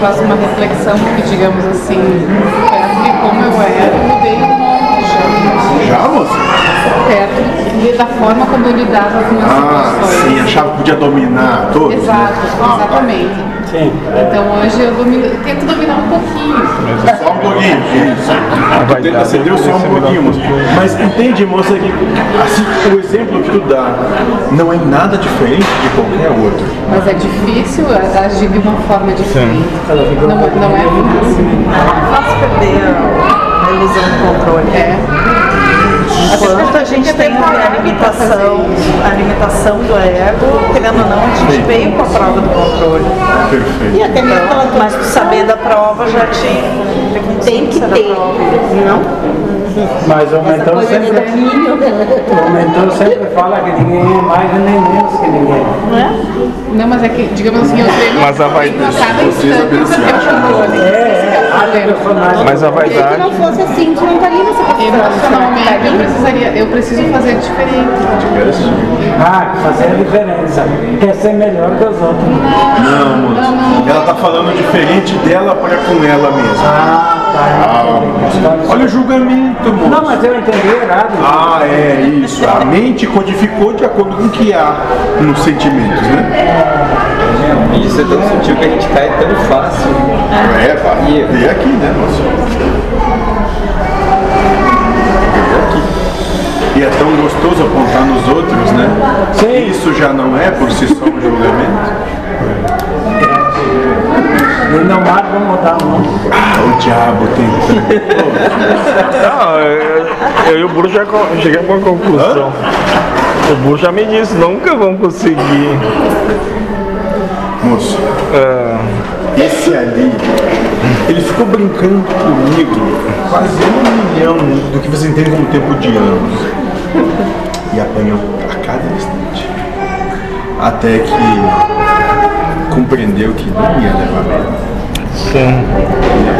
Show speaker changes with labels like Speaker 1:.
Speaker 1: faço uma reflexão que, digamos assim, perto de como eu era, mudei um muito já.
Speaker 2: Já, moça?
Speaker 1: Perto de- da forma como eu lidava com as
Speaker 2: Ah,
Speaker 1: situações.
Speaker 2: sim, achava que podia dominar todos. né?
Speaker 1: Exato, exatamente.
Speaker 3: Sim.
Speaker 1: Então hoje eu domino, tento dominar um pouquinho.
Speaker 2: Só um pouquinho,
Speaker 3: Ah, Vai
Speaker 2: isso.
Speaker 3: dar,
Speaker 2: Você deu
Speaker 3: tem que
Speaker 2: só um
Speaker 3: ser melhor
Speaker 2: pouquinho, moça.
Speaker 3: que eu.
Speaker 2: Mas entende, moça, que assim, o exemplo que tu dá não é nada diferente de qualquer outro.
Speaker 1: Mas é difícil a- agir de uma forma diferente. Não, não é fácil.
Speaker 4: Faz perder a a ilusão do controle.
Speaker 1: É.
Speaker 4: Quanto a
Speaker 5: é
Speaker 4: gente tem a
Speaker 5: tá
Speaker 4: limitação, a limitação do ego, querendo ou não, a gente veio com a prova do controle.
Speaker 2: Perfeito.
Speaker 5: até mesmo aquela
Speaker 4: Então,
Speaker 5: tua-
Speaker 4: mas tu saber da prova já te
Speaker 5: Tem que
Speaker 4: Saber da
Speaker 5: ter,
Speaker 4: prova.
Speaker 5: não?
Speaker 3: Mas o
Speaker 5: Essa
Speaker 3: mentor
Speaker 5: coisa de
Speaker 3: sempre,
Speaker 5: domínio.
Speaker 3: o mentor Então sempre fala que ninguém é mais nem menos que ninguém.
Speaker 1: Não, mas é que, digamos assim, eu treino,
Speaker 6: Mas a vai-
Speaker 1: treino a cada instante pra ter o controle. Esse que é o problema.
Speaker 6: Mas a
Speaker 5: Se
Speaker 6: vaidade.
Speaker 5: não fosse assim, tu não estaria nessa
Speaker 1: Tá, Emocionalmente, eu
Speaker 5: posição.
Speaker 1: precisaria, eu preciso fazer diferente.
Speaker 3: Ah, fazer a diferença. Quer ser melhor que os outros.
Speaker 2: Não, moça. Ela tá falando diferente dela para com ela mesma.
Speaker 3: Ah, tá.
Speaker 2: Olha o julgamento, moça.
Speaker 3: Não, mas eu entendi errado.
Speaker 2: Ah, é isso. A mente codificou de acordo com o que há nos sentimentos, né?
Speaker 7: E isso é tão sutil que a gente cai tão fácil.
Speaker 2: É, pá. E aqui, né, moça? E É aqui. E é tão gostoso apontar nos outros, né?
Speaker 3: Sim.
Speaker 2: Isso já não é por si só um julgamento?
Speaker 3: E não mais vão mudar o mundo.
Speaker 2: Ah, o diabo tem.
Speaker 6: Não, eu, eu e o Bruno já co- chegamos a uma conclusão. O Bruno já me disse, nunca vão conseguir.
Speaker 2: Moço,
Speaker 6: ah,
Speaker 2: esse ali, ele ficou brincando comigo quase um milhão do que você entende como tempo de anos. E apanhou a cada instante. Até que compreendeu que não ia levar bem.
Speaker 6: sim.